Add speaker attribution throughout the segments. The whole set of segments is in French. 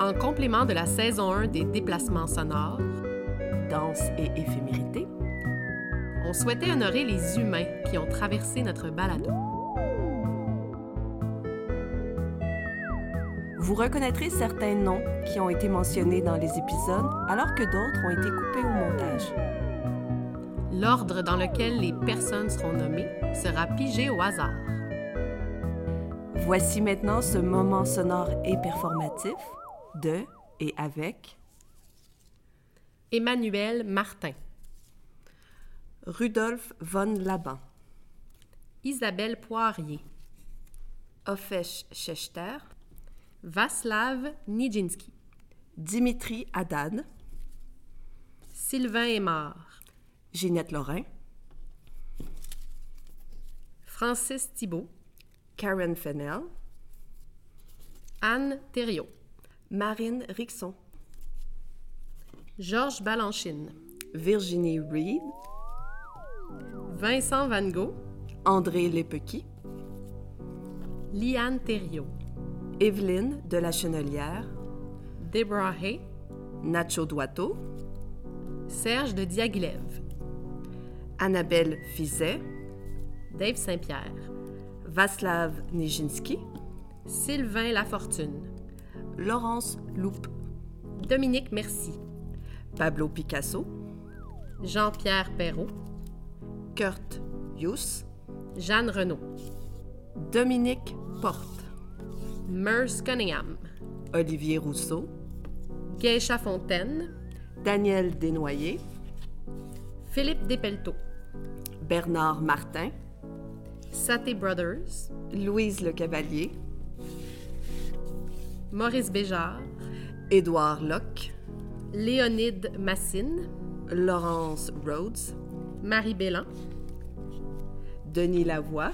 Speaker 1: en complément de la saison 1 des déplacements sonores,
Speaker 2: Danse et éphémérité.
Speaker 1: on souhaitait honorer les humains qui ont traversé notre balado.
Speaker 2: Vous reconnaîtrez certains noms qui ont été mentionnés dans les épisodes, alors que d'autres ont été coupés au montage.
Speaker 1: L'ordre dans lequel les personnes seront nommées sera pigé au hasard.
Speaker 2: Voici maintenant ce moment sonore et performatif de et avec
Speaker 1: Emmanuel Martin,
Speaker 2: Rudolf von Laban,
Speaker 1: Isabelle Poirier,
Speaker 2: Ofesh Schechter,
Speaker 1: Vaslav Nijinski,
Speaker 2: Dimitri Haddad,
Speaker 1: Sylvain Aymar,
Speaker 2: Ginette Lorrain,
Speaker 1: Francis Thibault,
Speaker 2: Karen Fennell,
Speaker 1: Anne Thériault,
Speaker 2: Marine Rixon,
Speaker 1: Georges Balanchine,
Speaker 2: Virginie Reed,
Speaker 1: Vincent Van Gogh,
Speaker 2: André Lepequi,
Speaker 1: Liane Thériault,
Speaker 2: Evelyne de la Chenelière,
Speaker 1: Deborah Hay,
Speaker 2: Nacho Doiteau,
Speaker 1: Serge de Diaghilev,
Speaker 2: Annabelle Fizet,
Speaker 1: Dave Saint-Pierre,
Speaker 2: Vaslav Nijinsky,
Speaker 1: Sylvain Lafortune,
Speaker 2: Laurence Loupe,
Speaker 1: Dominique Merci,
Speaker 2: Pablo Picasso,
Speaker 1: Jean-Pierre Perrault,
Speaker 2: Kurt Youss,
Speaker 1: Jeanne Renault,
Speaker 2: Dominique Porte,
Speaker 1: Merce Cunningham,
Speaker 2: Olivier Rousseau,
Speaker 1: Geisha Fontaine,
Speaker 2: Daniel Desnoyers,
Speaker 1: Philippe Despelteaux,
Speaker 2: Bernard Martin,
Speaker 1: Saté Brothers,
Speaker 2: Louise Le Cavalier,
Speaker 1: Maurice Béjart,
Speaker 2: Édouard Locke,
Speaker 1: Léonide Massine,
Speaker 2: Laurence Rhodes,
Speaker 1: Marie Bélan,
Speaker 2: Denis Lavoie,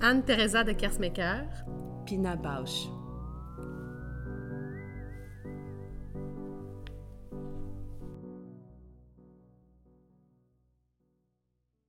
Speaker 1: Anne-Thérésa de Kersmaker,
Speaker 2: Pina Bausch.